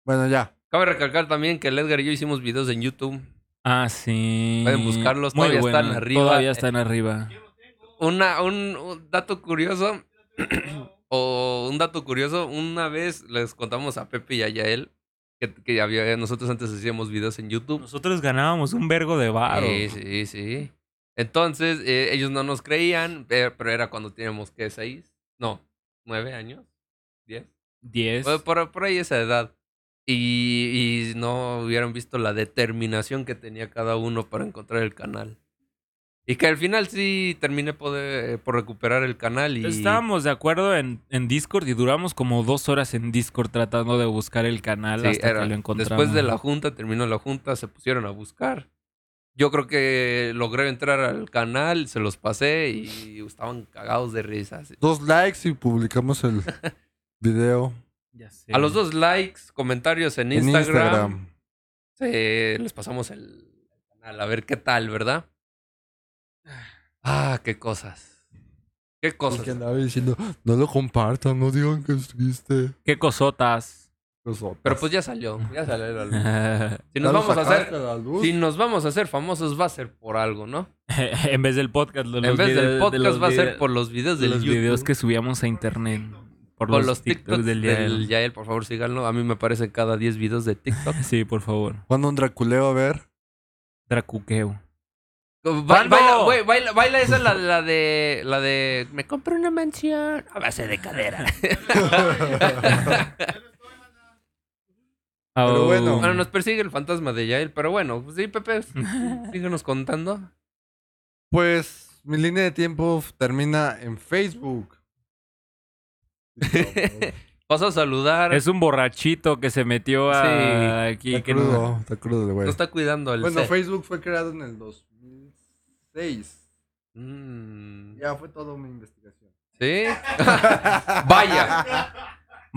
Bueno, ya. Cabe recalcar también que el Edgar y yo hicimos videos en YouTube. Ah, sí. Pueden buscarlos, todavía están arriba. Todavía están arriba. Una, un, un dato curioso, o un dato curioso, una vez les contamos a Pepe y a Yael que, que había, eh, nosotros antes hacíamos videos en YouTube. Nosotros ganábamos un vergo de varo. Sí, sí, sí. Entonces, eh, ellos no nos creían, pe- pero era cuando teníamos, ¿qué? ¿Seis? No, nueve años, diez. 10. Por, Pues, por- por ahí esa edad. Y, y no hubieran visto la determinación que tenía cada uno para encontrar el canal. Y que al final sí terminé poder- por recuperar el canal y... Estábamos de acuerdo en, en Discord y duramos como dos horas en Discord tratando de buscar el canal Sí, hasta era- que lo encontramos. Después de la junta, terminó la junta, se pusieron a buscar. Yo creo que logré entrar al canal, se los pasé y estaban cagados de risa. así. Dos likes y publicamos el video Ya sé. A los dos likes, comentarios en en Instagram. Instagram. se- eh, les pasamos el canal a ver qué tal, ¿verdad? Ah, qué cosas. Qué Porque cosas. andaba diciendo, no lo compartan, no digan que estuviste. Qué cosotas. Pero pues ya salió, ya salió la luz. en Si nos vamos a hacer, si nos vamos a hacer famosos va a ser por algo, ¿no? vez del podcast. de en los vez videos- del de podcast los va a vide- ser por los videos de del los YouTube. videos que subíamos a internet. Por Por los, los TikToks, del día. del Yael, por favor, síganlo. A mí me parece cada 10 videos de TikTok. Sí, por favor. Cuando un Draculeo a ver. Dracuqueo. Ba- ¿Cuándo? Baila, güey, baila, baila esa la, la de la de me compré una mansión a base de cadera. Pero bueno. Bueno, nos persigue el fantasma de Yael, pero bueno, pues sí, Pepe, síguenos contando. Pues mi línea de tiempo f- termina en Facebook. Vas a saludar. Es un borrachito que se metió a Sí. aquí. Está Que no- crudo, está crudo el güey. No está cuidando al Bueno, set. Facebook fue creado en el 2006. Mm, Ya fue toda una investigación. ¿Sí? Vaya.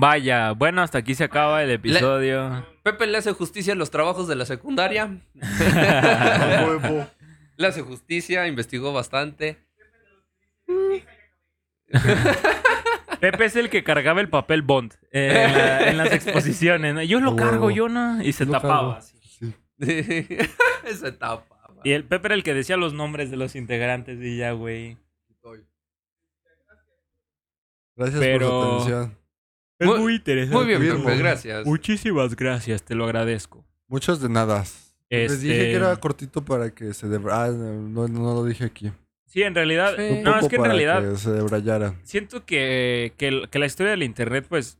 Vaya, bueno, hasta aquí se acaba el episodio. Pepe le hace justicia a los trabajos de la secundaria. A huevo. Le hace justicia, investigó bastante. Pepe es el que cargaba el papel Bond eh, en, la- en las exposiciones. ¿no? Yo lo Oh. cargo, yo no. Y se Lo tapaba. cargo. así. Sí. Esa etapa. Y el Pepe era el que decía los nombres de los integrantes y ya, güey. Gracias por Pero- su atención. Es Muy- muy, interesante. Muy bien, Virgo. Pepe, gracias. Muchísimas gracias, te lo agradezco. Muchas de nada. Les Pues dije Este- que era cortito para que se debra- Ah, no, no- no lo dije aquí. Sí, en realidad. Sí. Un No, es poco que en para realidad. que se debrayaran. siento que, que, el- que la historia del internet, pues,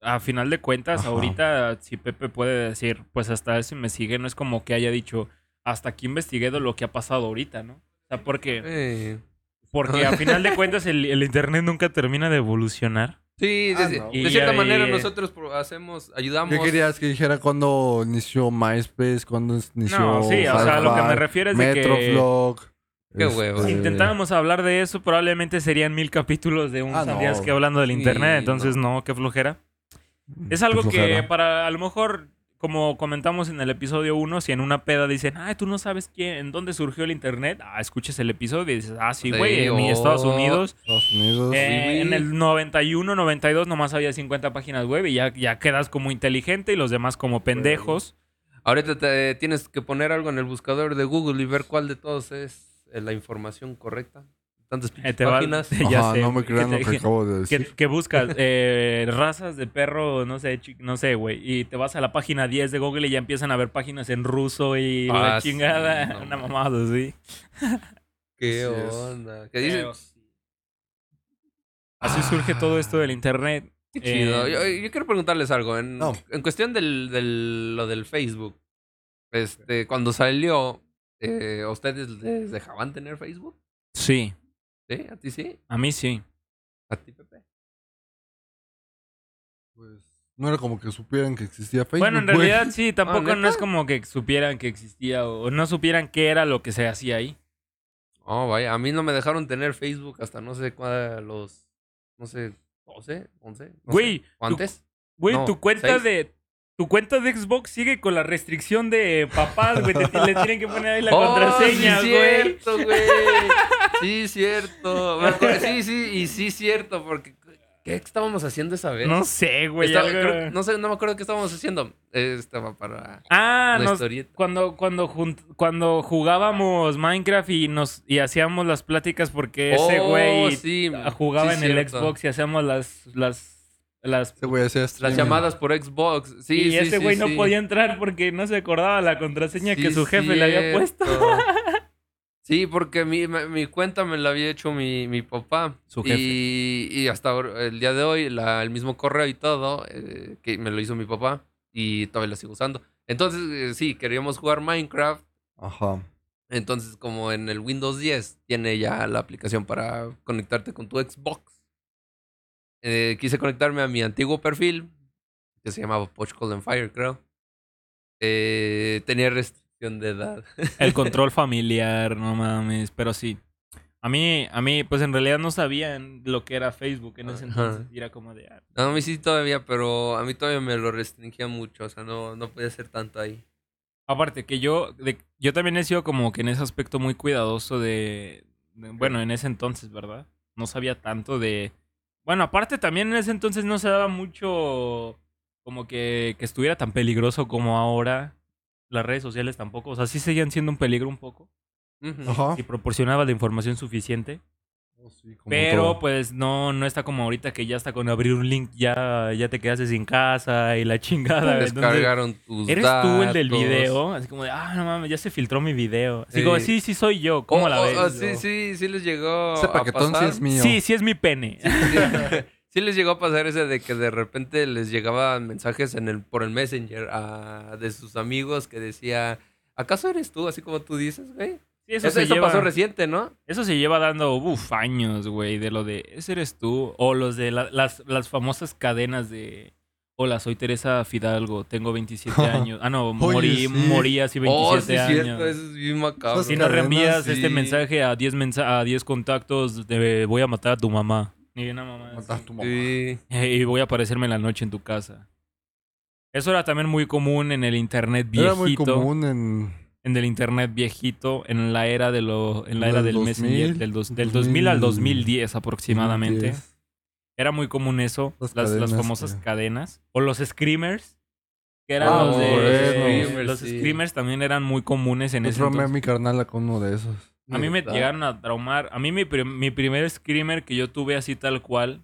a final de cuentas, Ajá. ahorita, si Pepe puede decir, pues hasta si me sigue, no es como que haya dicho, hasta aquí investigué de lo que ha pasado ahorita, ¿no? O sea, porque, Eh, porque a final de cuentas el, el internet nunca termina de evolucionar. Sí, Ah, de, no. de Y cierta ahí- manera nosotros pro- hacemos, ayudamos. ¿Qué querías que dijera cuando inició MySpace? ¿Cuándo inició No, sí, o sea, lo que me refiero es de que Metroflog. este, Qué hueva. si intentábamos hablar de eso, probablemente serían mil capítulos de un Ah, no. Sandías que hablando del Sí, internet, entonces no. no. qué flojera. Es algo pues, que para a lo mejor, como comentamos en el episodio 1, si en una peda dicen, ah, tú no sabes quién, en dónde surgió el internet, ah, escuches el episodio y dices, ah, sí, Sí, güey, en oh. Estados Unidos. Estados Unidos. eh, güey. en el 91, 92 nomás había 50 páginas web y ya, ya quedas como inteligente y los demás como pendejos. Ahorita te tienes que poner algo en el buscador de Google y ver cuál de todos es eh, la información correcta. Tantas Eh, pinches te va- páginas. ya Ajá, sé, no me que crean lo te- que acabo de que, decir. que buscas eh, razas de perro, no sé, chi- no sé, güey. Y te vas a la página 10 de Google y ya empiezan a ver páginas en ruso y Ah, la sí, chingada. no una mames. mamada así. ¿Qué Así es. onda? ¿Qué dices? Así surge todo esto del internet. Qué chido. Eh, yo, yo quiero preguntarles algo. En, No. en cuestión del, del- lo del Facebook, este, cuando salió, eh, ¿ustedes les dejaban tener Facebook? Sí, ¿Sí? ¿A ti sí? a mí sí. ¿A ti, Pepe? Pues, No era como que supieran que existía Facebook. Bueno, en güey. realidad sí, tampoco no Ah, ¿neta? es como que supieran que existía o o no supieran qué era lo que se hacía ahí. Oh, vaya. A mí no me dejaron tener Facebook hasta no sé cuál, los. No sé, 12, 11. no sé, Güey, ¿o tu- antes? Güey, No, tu cuenta seis. de. Tu cuenta de Xbox sigue con la restricción de papás, güey. te- le tienen que poner ahí la Oh, contraseña, sí, güey. cierto, güey. Sí, cierto. Me acuerdo- Sí, sí, y sí, cierto, porque. ¿Qué estábamos haciendo esa vez? No sé, güey. ¿eh? Estaba- algo- creo- no sé, no me acuerdo qué estábamos haciendo. Eh, Estaba para Ah, una nos- historieta. cuando, cuando, jun- cuando jugábamos Minecraft y nos y hacíamos las pláticas porque ese Oh, güey sí, jugaba sí, en el cierto. Xbox y hacíamos las, las, las Ese Este güey hacía Las streaming. llamadas por Xbox. Sí, y sí, ese sí, güey no sí. podía entrar porque no se acordaba la contraseña que Sí, su jefe le había puesto. cierto. Sí, porque mi, me- mi cuenta me la había hecho mi, mi papá. Su jefe. Y, y hasta ahora- el día de hoy, la- el mismo correo y todo, eh, que me lo hizo mi papá. Y todavía la sigo usando. Entonces, eh, sí, queríamos jugar Minecraft. Ajá. Mm. Entonces, como en el Windows 10 tiene ya la aplicación para conectarte con tu Xbox. Eh, quise conectarme a mi antiguo perfil, que se llamaba Poch Cold and Fire, creo. Eh, tenía restricción de edad. El control familiar, no mames, pero sí. A mí, a mí, pues en realidad no sabían lo que era Facebook en ese Ajá. entonces. Y era como de, ah, No, a mí sí todavía, pero a mí todavía me lo restringía mucho. O sea, no, no podía hacer tanto ahí. Aparte que yo, de- yo también he sido como que en ese aspecto muy cuidadoso de, de- bueno, en ese entonces, ¿verdad? No sabía tanto de, bueno, aparte también en ese entonces no se daba mucho como que, que estuviera tan peligroso como ahora. Las redes sociales tampoco, o sea, sí seguían siendo un peligro un poco. Ujú. Ajá. Si proporcionaba la información suficiente. Oh, sí, Oh. como Pero todo. pues no, no está como ahorita que ya está con abrir un link, ya, ya te quedaste sin casa y la chingada. entonces- Descargaron tus ¿Eres tú el del datos. video? Así como de, ah, no mames, ya se filtró mi video. Así Sí. como, sí, sí soy yo. ¿Cómo Oh, la oh, ves? oh, sí, sí, sí les pues, llegó Ese a paquetón sí pasar. es mío. Sí, sí es mi pene. sí les llegó a pasar ese de que de repente les llegaban mensajes en el, por el Messenger a- de sus amigos que decía, ¿acaso eres tú? Así como tú dices, güey. Sí, eso, Eso, se eso lleva, pasó reciente, ¿no? eso se lleva dando, uff, años, güey, de lo de, ese eres tú. O los de la- las, las famosas cadenas de, hola, soy Teresa Fidalgo, tengo 27 años. Ah, no, morí, sí. morí así 27 oh, sí, es años. cierto, eso es bien macabro. Si Sí, no Cadenas, reenvías este sí. mensaje a 10 mensa- a 10 contactos, te voy a matar a tu mamá. Y una mamá Matar así. a tu mamá. Sí. Eh, Y voy a aparecerme en la noche en tu casa. Eso era también muy común en el internet viejito. Era muy común en. En el internet viejito, en la era de lo, en la era Del 2000, del Messenger, del, dos- del 2000 al 2010 aproximadamente. 2010. Era muy común eso, Las las, las cadenas, famosas güey. cadenas. O los screamers, que eran Ah, los de... bueno. Screamers, los sí. screamers también eran muy comunes en Yo ese tromé a entonces. Pues mi carnala con uno de esos. A mí me Neta. llegaron a traumar. A mí mi, prim- mi primer screamer que yo tuve así tal cual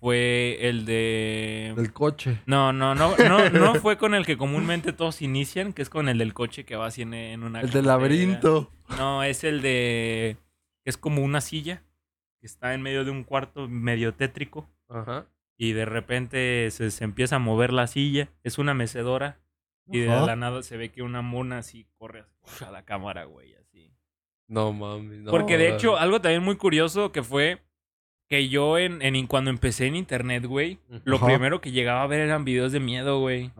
fue el de... Del coche. No, no, no, no, no fue con el que comúnmente todos inician, que es con el del coche que va así en, en una. El del carretera. laberinto. No, es el de. Es como una silla que está en medio de un cuarto medio tétrico Ajá. y de repente se, se empieza a mover la silla. Es una mecedora y de Ajá. la nada se ve que una mona así corre así, a la cámara, güey, así. No mames. no Porque de mames. hecho, algo también muy curioso que fue que yo en, en cuando empecé en internet, güey, lo Ajá. primero que llegaba a ver eran videos de miedo, güey.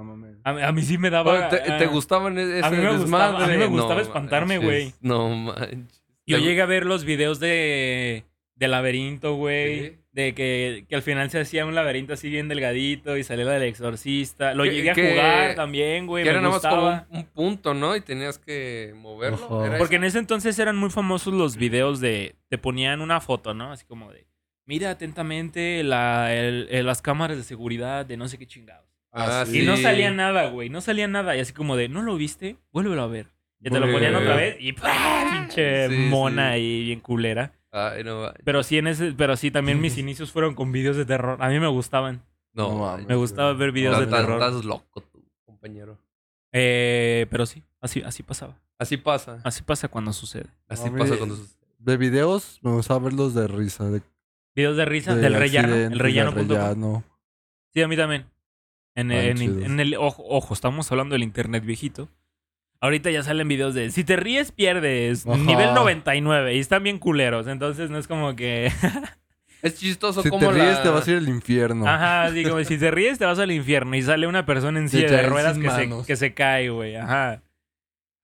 A, a mí sí me daba. Oh, ¿Te, te ah, gustaban e- ese a mí me gustaba- a mí me desmadre? gustaba espantarme, manches, No manches. Yo Te- llegué a ver los videos de, de laberinto, güey. Sí. De que, que al final se hacía un laberinto así bien delgadito y salía la del exorcista. Lo Que- llegué a que- jugar también, güey. Que Me era nada más como un, gustaba. un punto, ¿no? Y tenías que moverlo. Ajá. era Porque eso. en ese entonces eran muy famosos los videos de. Te ponían una foto, ¿no? Así como de. Mira atentamente la- el- el- las cámaras de seguridad de no sé qué chingados. Ah, Y Y no sí. salía nada, güey. No salía nada. Y así como de, ¿no lo viste? Vuélvelo a ver. Y te lo Vuelve ponían a otra ver. vez y ¡pah! pinche Sí, mona sí. y bien culera. Ay, no manches. Pero sí, en ese, pero sí, también mis inicios fueron con videos de terror. A mí me gustaban. No, No manches. Me gustaba ver videos de Estás- terror. Estás loco, tú, compañero. Eh, pero sí, así, así pasaba. Así pasa. Así pasa cuando sucede. Así A mí- pasa cuando sus... De videos, me gustaba verlos de risa. De, Videos de risa de del rellano. accidentes, El de rellano. rellano. Sí, a mí también. En, Ah, en- chidos. en el ojo, ojo, estamos hablando del internet viejito. Ahorita ya salen videos de si te ríes, pierdes. Ajá. Nivel 99. Y están bien culeros. Entonces no es como que. Es chistoso Si te como ríes, la... te vas a ir al infierno. Ajá, digo, si te ríes te vas al infierno y sale una persona en Te silla de caes sin ruedas que se, manos. que se cae, güey. Ajá.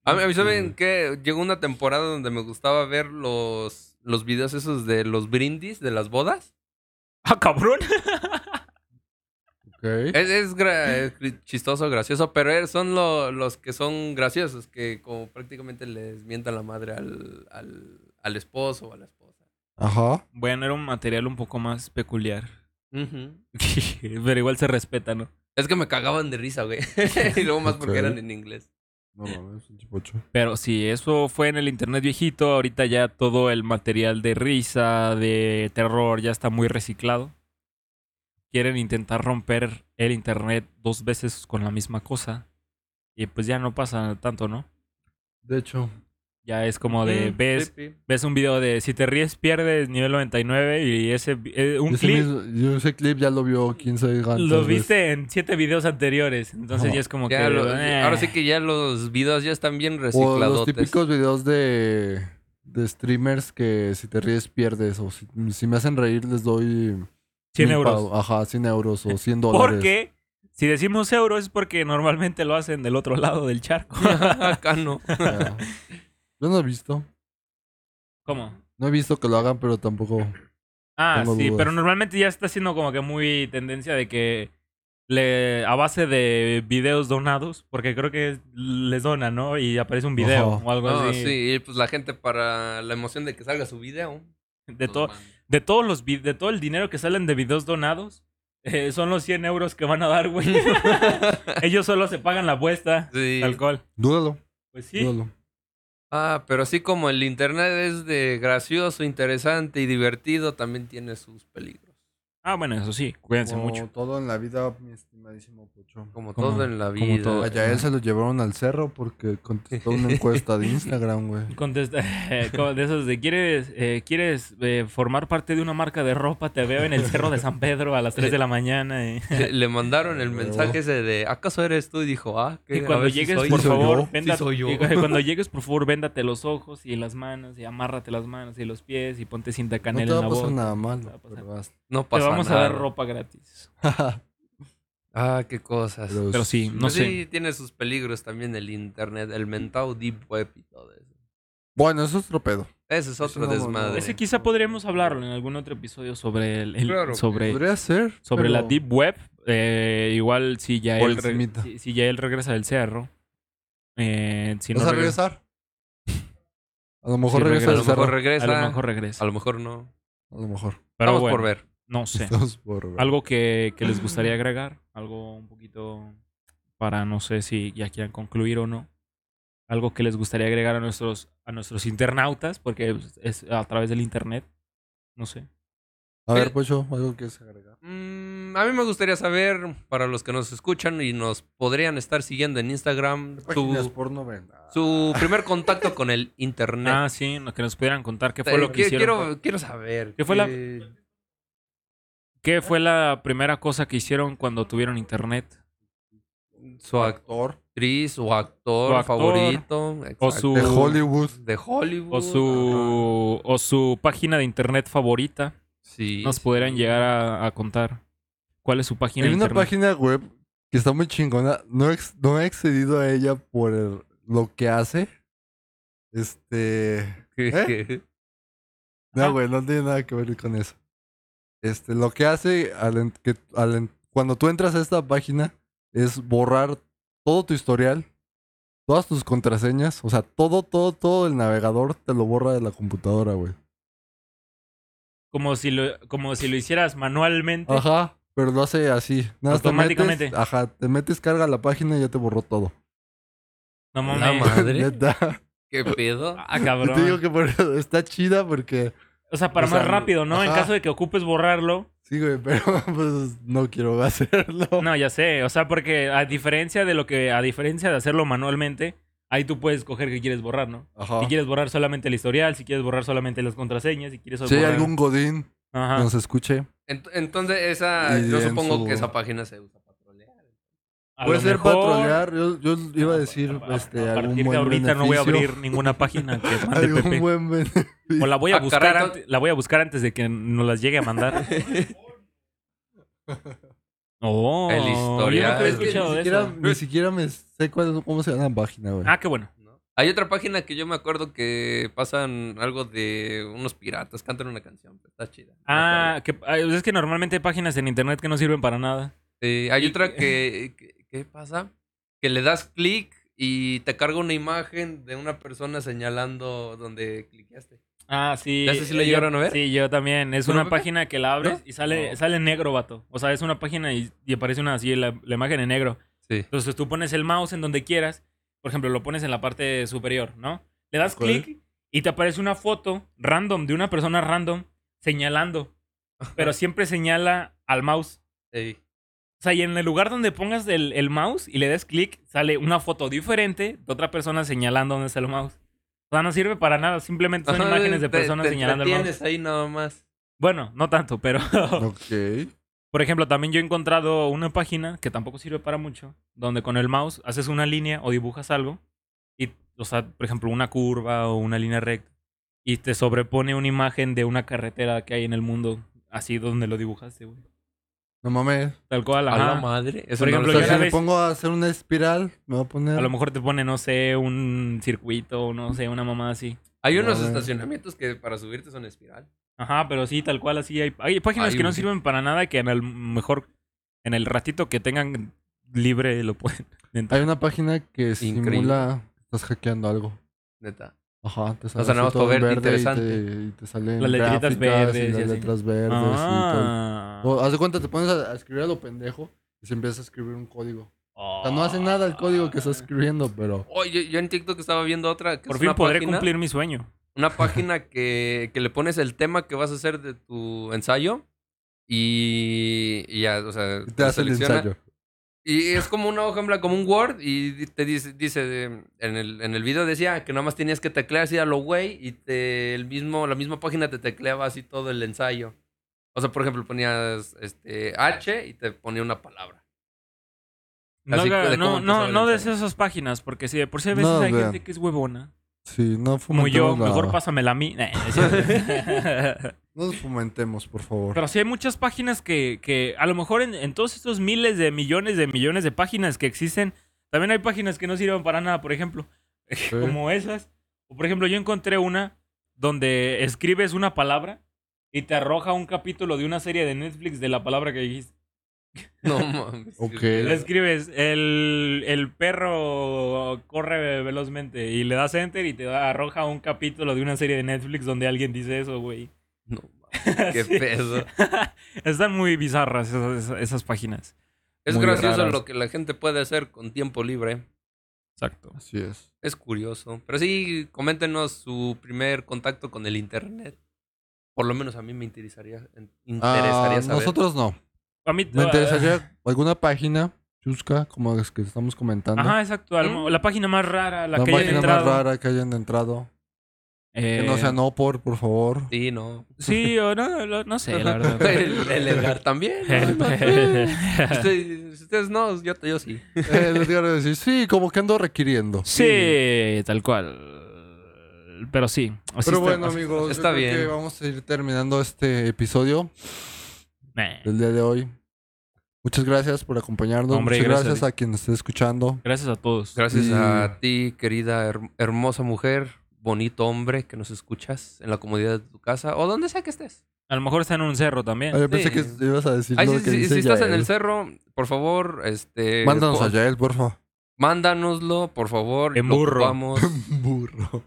A mí, a mí, ¿saben qué? Llegó una temporada donde me gustaba ver los, los videos esos de los brindis de las bodas. ¡Ah, cabrón! Ok. Es, es gra- es cri- chistoso, gracioso, pero er- son lo- los que son graciosos, que como prácticamente les mientan la madre al, al, al esposo o a la esposa. Ajá. Bueno, era un material un poco más peculiar. Pero igual se respeta, ¿no? Es que me cagaban de risa, güey. y luego más porque Ok. eran en inglés. No mames, pinche pocho. Pero si eso fue en el internet viejito, ahorita ya todo el material de risa, de terror, ya está muy reciclado. Quieren intentar romper el internet dos veces con la misma cosa. Y pues ya no pasa tanto, ¿no? De hecho, Ya es como de Mm, ves, sí, sí. ves un video de si te ríes pierdes nivel 99 y ese vi- eh, un ese, clip mismo- yo ese clip ya lo vio 15 gantos. lo viste en siete videos anteriores. Entonces No. ya es como Ya que lo- eh. Ahora sí que ya los videos ya están bien O reciclados. los típicos videos de, de streamers que si te ríes pierdes. O si, si me hacen reír les doy... 100 mil euros. pavos. Ajá, 100 euros o 100 dólares. Porque si decimos euro es porque normalmente lo hacen del otro lado del charco. Acá no. Ya. Yo no he visto. ¿Cómo? No he visto que lo hagan, pero tampoco... Ah, Tengo sí, dudas. pero normalmente ya está siendo como que muy tendencia de que le, a base de videos donados, porque creo que les donan, ¿no? Y aparece un video Ajá. o algo No, así. sí, y pues la gente para la emoción de que salga su video. De, pues, todo man. de todos los vi- de todo el dinero que salen de videos donados, eh, son los 100 euros que van a dar, güey. Ellos solo se pagan la apuesta Sí. de alcohol. Dúdalo, Pues sí. dúdalo. Ah, pero así como el internet es de gracioso, interesante y divertido, también tiene sus peligros. Ah, bueno, eso sí, cuídense Como mucho. todo en la vida, mi estimadísimo Pocho. Como, Como- todo en la como vida. todo. A Yael se lo llevaron al cerro porque contestó una encuesta de Instagram, güey. Contesta, como de esos de quieres, eh, quieres eh, formar parte de una marca de ropa, te veo en el cerro de San Pedro a las 3 de la mañana. eh. Le, le mandaron el Huevo. mensaje ese de ¿acaso eres tú? Y dijo, ah, que Y cuando llegues, por Sí soy favor, yo. véndate, Sí soy yo. y cu- cuando llegues, por favor, véndate los ojos y las manos, y amárrate las manos y los pies, y ponte cinta No te canela va en a la boca. pasar nada No malo, te va a pero basta. No Te pasa vamos a nada. dar ropa gratis. Ah, qué cosas. Pero sí, no Pues sé. Sí, tiene sus peligros también el internet, el mentado deep web y todo eso. Bueno, eso es otro pedo. Ese es otro no, no, desmadre. Ese quizá podríamos hablarlo en algún otro episodio sobre el, el- Claro que sobre, Podría ser. sobre la pero- deep web. eh, igual si ya Por él re- encimita. si, si ya él regresa del cerro. eh, si no ¿Vas a regresa- regresar? A lo mejor Sí, regresa regresa. a al lo mejor cerro. regresa. A lo mejor regresa. no. A lo mejor. Pero vamos bueno, por ver. no sé. Estamos por ver. Algo que, que les gustaría agregar, algo un poquito para no sé si ya quieran concluir o no. Algo que les gustaría agregar a nuestros, a nuestros internautas, porque pues, es a través del internet. No sé. A ver, Pocho, algo que se agregar. Mm, a mí me gustaría saber, para los que nos escuchan y nos podrían estar siguiendo en Instagram, Páginas su, porno, venda. su primer contacto con el internet. Ah, sí, no- que nos pudieran contar qué Te- fue lo que qui- hicieron. Eh. quiero, quiero saber. ¿Qué fue la- ¿Qué fue la primera cosa que hicieron cuando tuvieron internet? Su actor. actriz o actor, Su actor. favorito. O exacto. su, De Hollywood. De Hollywood. o su o su página de internet favorita. ajá. Sí, Nos sí. pudieran llegar a, a contar cuál es su página Hay de una internet. página web que está muy chingona. No, he ex- no he accedido a ella por el- lo que hace. Este. ¿Eh? Ajá. Ah. No, güey, no tiene nada que ver con eso. Este, lo que hace al en- que- al en- cuando tú entras a esta página es borrar todo tu historial, todas tus contraseñas, o sea, todo, todo, todo el navegador te lo borra de la computadora, güey. Como si lo, como si lo hicieras manualmente. Ajá, pero lo hace así. Nada más te Automáticamente. metes- ajá, te metes, carga la página y ya te borró todo. No La mames. ma- Madre. Neta. ¿Qué pedo? Ah, Yo te digo cabrón. que por eso está chida porque. O sea, para o más sea, rápido, ¿no? En ajá. caso de que ocupes borrarlo. Sí, güey, pero pues no quiero hacerlo. No, ya sé. O sea, porque a diferencia de lo que, a diferencia de hacerlo manualmente, ahí tú puedes escoger qué quieres borrar, ¿no? Ajá. Si quieres borrar solamente el historial, si quieres borrar solamente las contraseñas, si quieres Si hay borrar- algún Godín que Ajá. nos escuche, Ent- entonces, esa, Y yo en supongo su- que esa página se usa para trolear. a Puede lo ser mejor- patrullar. Yo, yo iba a decir a- a- este, a algún partir de buen ahorita no voy a beneficio. abrir ninguna página que mande Algún Pepe. buen beneficio. O la voy a Ah, buscar caray, antes, la voy a buscar antes de que nos las llegue a mandar. Oh, El historial. Yo nunca había Es que escuchado ni, de siquiera, eso. ni siquiera me sé cuál, cómo se llama la página, güey. Ah, qué bueno. ¿no? Hay otra página que yo me acuerdo que pasan algo de unos piratas, cantan una canción, pero está chida. Ah, que, ah, es que normalmente hay páginas en internet que no sirven para nada. Sí, hay otra que, que- ¿Qué pasa? Que le das clic y te carga una imagen de una persona señalando donde cliqueaste. Ah, sí. ¿Ya sé si la Yo- llegaron a ver? Sí, yo también. Es ¿Bueno, una Pepe? página que la abres ¿No? y sale, No. sale negro, vato. O sea, es una página y, y aparece una así, la, la imagen en negro. Sí. Entonces tú pones el mouse en donde quieras. Por ejemplo, lo pones en la parte superior, ¿no? Le das Ok. clic y te aparece una foto random de una persona random señalando. Pero siempre señala al mouse. O sea, y en el lugar donde pongas el, el mouse y le des clic, sale una foto diferente de otra persona señalando dónde está el mouse. O sea, no sirve para nada. Simplemente son imágenes de personas señalando el mouse. Tienes ahí nada más. Bueno, no tanto, pero... Ok. Por ejemplo, también yo he encontrado una página que tampoco sirve para mucho, donde con el mouse haces una línea o dibujas algo, y, o sea, por ejemplo, una curva o una línea recta, y te sobrepone una imagen de una carretera que hay en el mundo, así donde lo dibujaste, güey. No mames. Tal cual, A la ajá. madre. Eso Por no O ejemplo, lo sea, yo si la me vez- pongo a hacer una espiral, me voy a poner. A lo mejor te pone, no sé, un circuito, no sé, una mamá así. Hay unos Madre. estacionamientos que para subirte son espiral. Ajá, pero sí, tal cual, así hay, hay páginas Hay que no un- sirven para nada, que a lo mejor en el ratito que tengan libre lo pueden entrar. Hay una página que Increíble. simula que estás hackeando algo. Neta. Ajá, te sea, nada así más todo para en verte verde y interesante. te, y te salen Las letritas gráficas verdes y y las así. letras verdes Ah. y todo. O, haz de cuenta, te pones a, a escribir a lo pendejo y se empieza a escribir un código. O sea, no hace nada el código Ah. que estás escribiendo, pero Oye, yo, yo en TikTok estaba viendo otra. Que Por es fin una podré página- cumplir mi sueño. una página que, que le pones el tema que vas a hacer de tu ensayo y, y ya, o sea, te lo hace el selecciona. ensayo. Y es como una hoja en blanco, como un Word y di- te dice, dice eh, en, el, en el video decía que nada más tenías que teclear así a lo güey y te, el mismo, la misma página te tecleaba así todo el ensayo. O sea, por ejemplo, ponías este H y te ponía una palabra. No, Así haga- de no, no, cómo empezaba el no des ensayo. esas páginas, porque si de por sí a veces No, hay vean. gente que es huevona. Sí, no Como fomentemos. yo, la- mejor pásamela a mí. Eh, es cierto. No nos fomentemos, por favor. Pero sí hay muchas páginas que, que a lo mejor en, en todos estos miles de millones de millones de páginas que existen, también hay páginas que no sirven para nada, por ejemplo. ¿eh? Como esas. O por ejemplo, yo encontré una donde escribes una palabra y te arroja un capítulo de una serie de Netflix de la palabra que dijiste. No mames. Ok. Le escribes, el, el perro corre velozmente y le das enter y te da- arroja un capítulo de una serie de Netflix donde alguien dice eso, güey. No mames. Qué Sí. peso. Están muy bizarras esas, esas- esas páginas. Es Muy gracioso raras. lo que la gente puede hacer con tiempo libre. Exacto. Así es. Es curioso. Pero sí, coméntenos su primer contacto con el internet. Por lo menos a mí me interesaría, en- interesaría Ah, saber. nosotros no. A mí ah, Me interesaría alguna página chusca, como las que estamos comentando. Ajá, exacto. al- ¿Mm? La página más rara, la, Una que hayan página más entrado. rara que hayan entrado. Eh, Que no sea no por, por favor. Sí, no. Sí, o no, lo- no sé, la verdad. El, el Edgar también. ¿no? Ustedes, ustedes no, yo, yo sí. Eh, les digo decir, sí, como que ando requiriendo. sí, tal cual. Pero sí. así Pero está- bueno, así- amigos, está yo creo bien. que vamos a ir terminando este episodio Nah. del día de hoy. Muchas gracias por acompañarnos. Hombre, Muchas gracias gracias a a quien nos esté escuchando. Gracias a todos. Gracias Sí. a ti, querida, her- hermosa mujer, bonito hombre que nos escuchas en la comodidad de tu casa o donde sea que estés. A lo mejor está en un cerro también. Ah, yo pensé Sí. que ibas a decir Ay, lo si, que si- dice si estás en Yael. el cerro, por favor, este... Mándanos po- a Yael, por favor. Mándanoslo, por favor. En lo burro. ocupamos. Burro.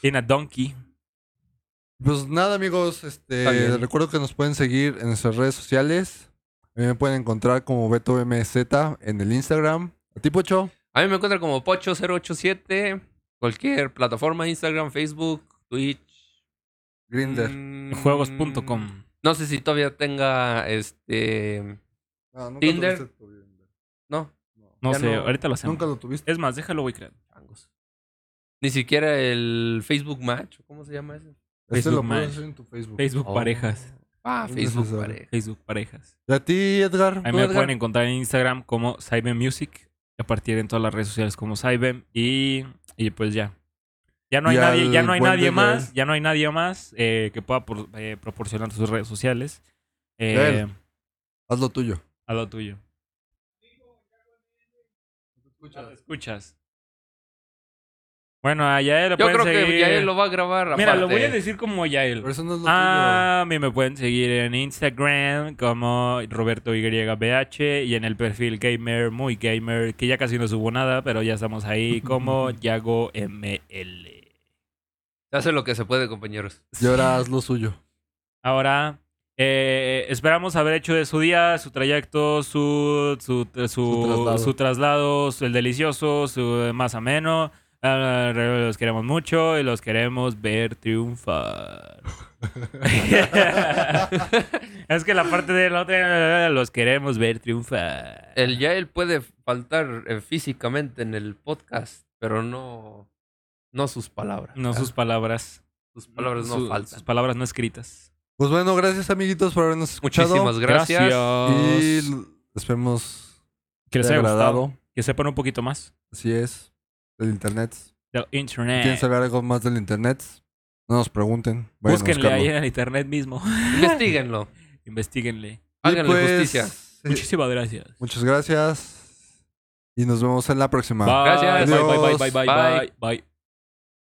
Tiene a Donkey. Pues nada, amigos, Está este, bien. les recuerdo que nos pueden seguir en nuestras redes sociales. A mí me pueden encontrar como BetoMZ en el Instagram. ¿A ti, Pocho? A mí me encuentran como Pocho087. Cualquier plataforma, Instagram, Facebook, Twitch. Grinder. mm, Juegos.com. No sé si todavía tenga este. No, nunca Tinder. tuviste tu Grindr. No, No Ya sé, no- ahorita lo hacemos. Nunca lo tuviste. Es más, déjalo, güey, creo. changos. Ni siquiera el Facebook Match. ¿Cómo se llama ese? Este Facebook lo puedes Match. hacer en tu Facebook. Facebook Oh. Parejas. Ah, Es Facebook necesario. pareja. Facebook Parejas. ¿Y a ti, Edgar? Ahí ¿Tú, me Edgar? pueden encontrar en Instagram como Cybem Music. Y a partir en todas las redes sociales como Cybem. Y, y pues ya. Ya no hay Y nadie, ya al no hay buen nadie Edgar. más. Ya no hay nadie más eh, que pueda por- eh, proporcionar sus redes sociales. Eh, Gael. Haz lo tuyo. a lo tuyo. escuchas. Bueno, a Yael lo Yo pueden creo que seguir- Yael lo va a grabar. Mira, lo aparte. voy a decir como Yael. Pero eso no es lo Ah, a mí me pueden seguir en Instagram como Roberto YBH y en el perfil gamer, muy gamer, que ya casi no subo nada, pero ya estamos ahí como Yago ML. Hace lo que se puede, compañeros. tuyo. Y ahora haz lo suyo. Ahora, eh, esperamos haber hecho de su día, su trayecto, su, su, su, traslado. su traslado, su- el delicioso, su más ameno. Ah, los queremos mucho y los queremos ver triunfar. es que la parte de la otra, los queremos ver triunfar. El Yael puede faltar eh, físicamente en el podcast, pero no, no sus palabras. No Ah, sus palabras. sus palabras no Su- faltan. Sus palabras no escritas. Pues bueno, gracias amiguitos por habernos escuchado. Muchísimas gracias. Y Gracias. l- esperemos Que les sea haya gustado. agradado. Que sepan un poquito más Así es. Del internet. del internet. ¿Quieren saber algo más del internet? No nos pregunten. Vayan a Búsquenle buscarlo. ahí en el internet mismo. Investíguenlo. Investíguenle. Y Háganle pues, justicia. sí, Muchísimas gracias. Muchas gracias. Y nos vemos en la próxima. Bye. Gracias. Bye, bye, bye, Adiós. bye, bye, Bye. bye, bye.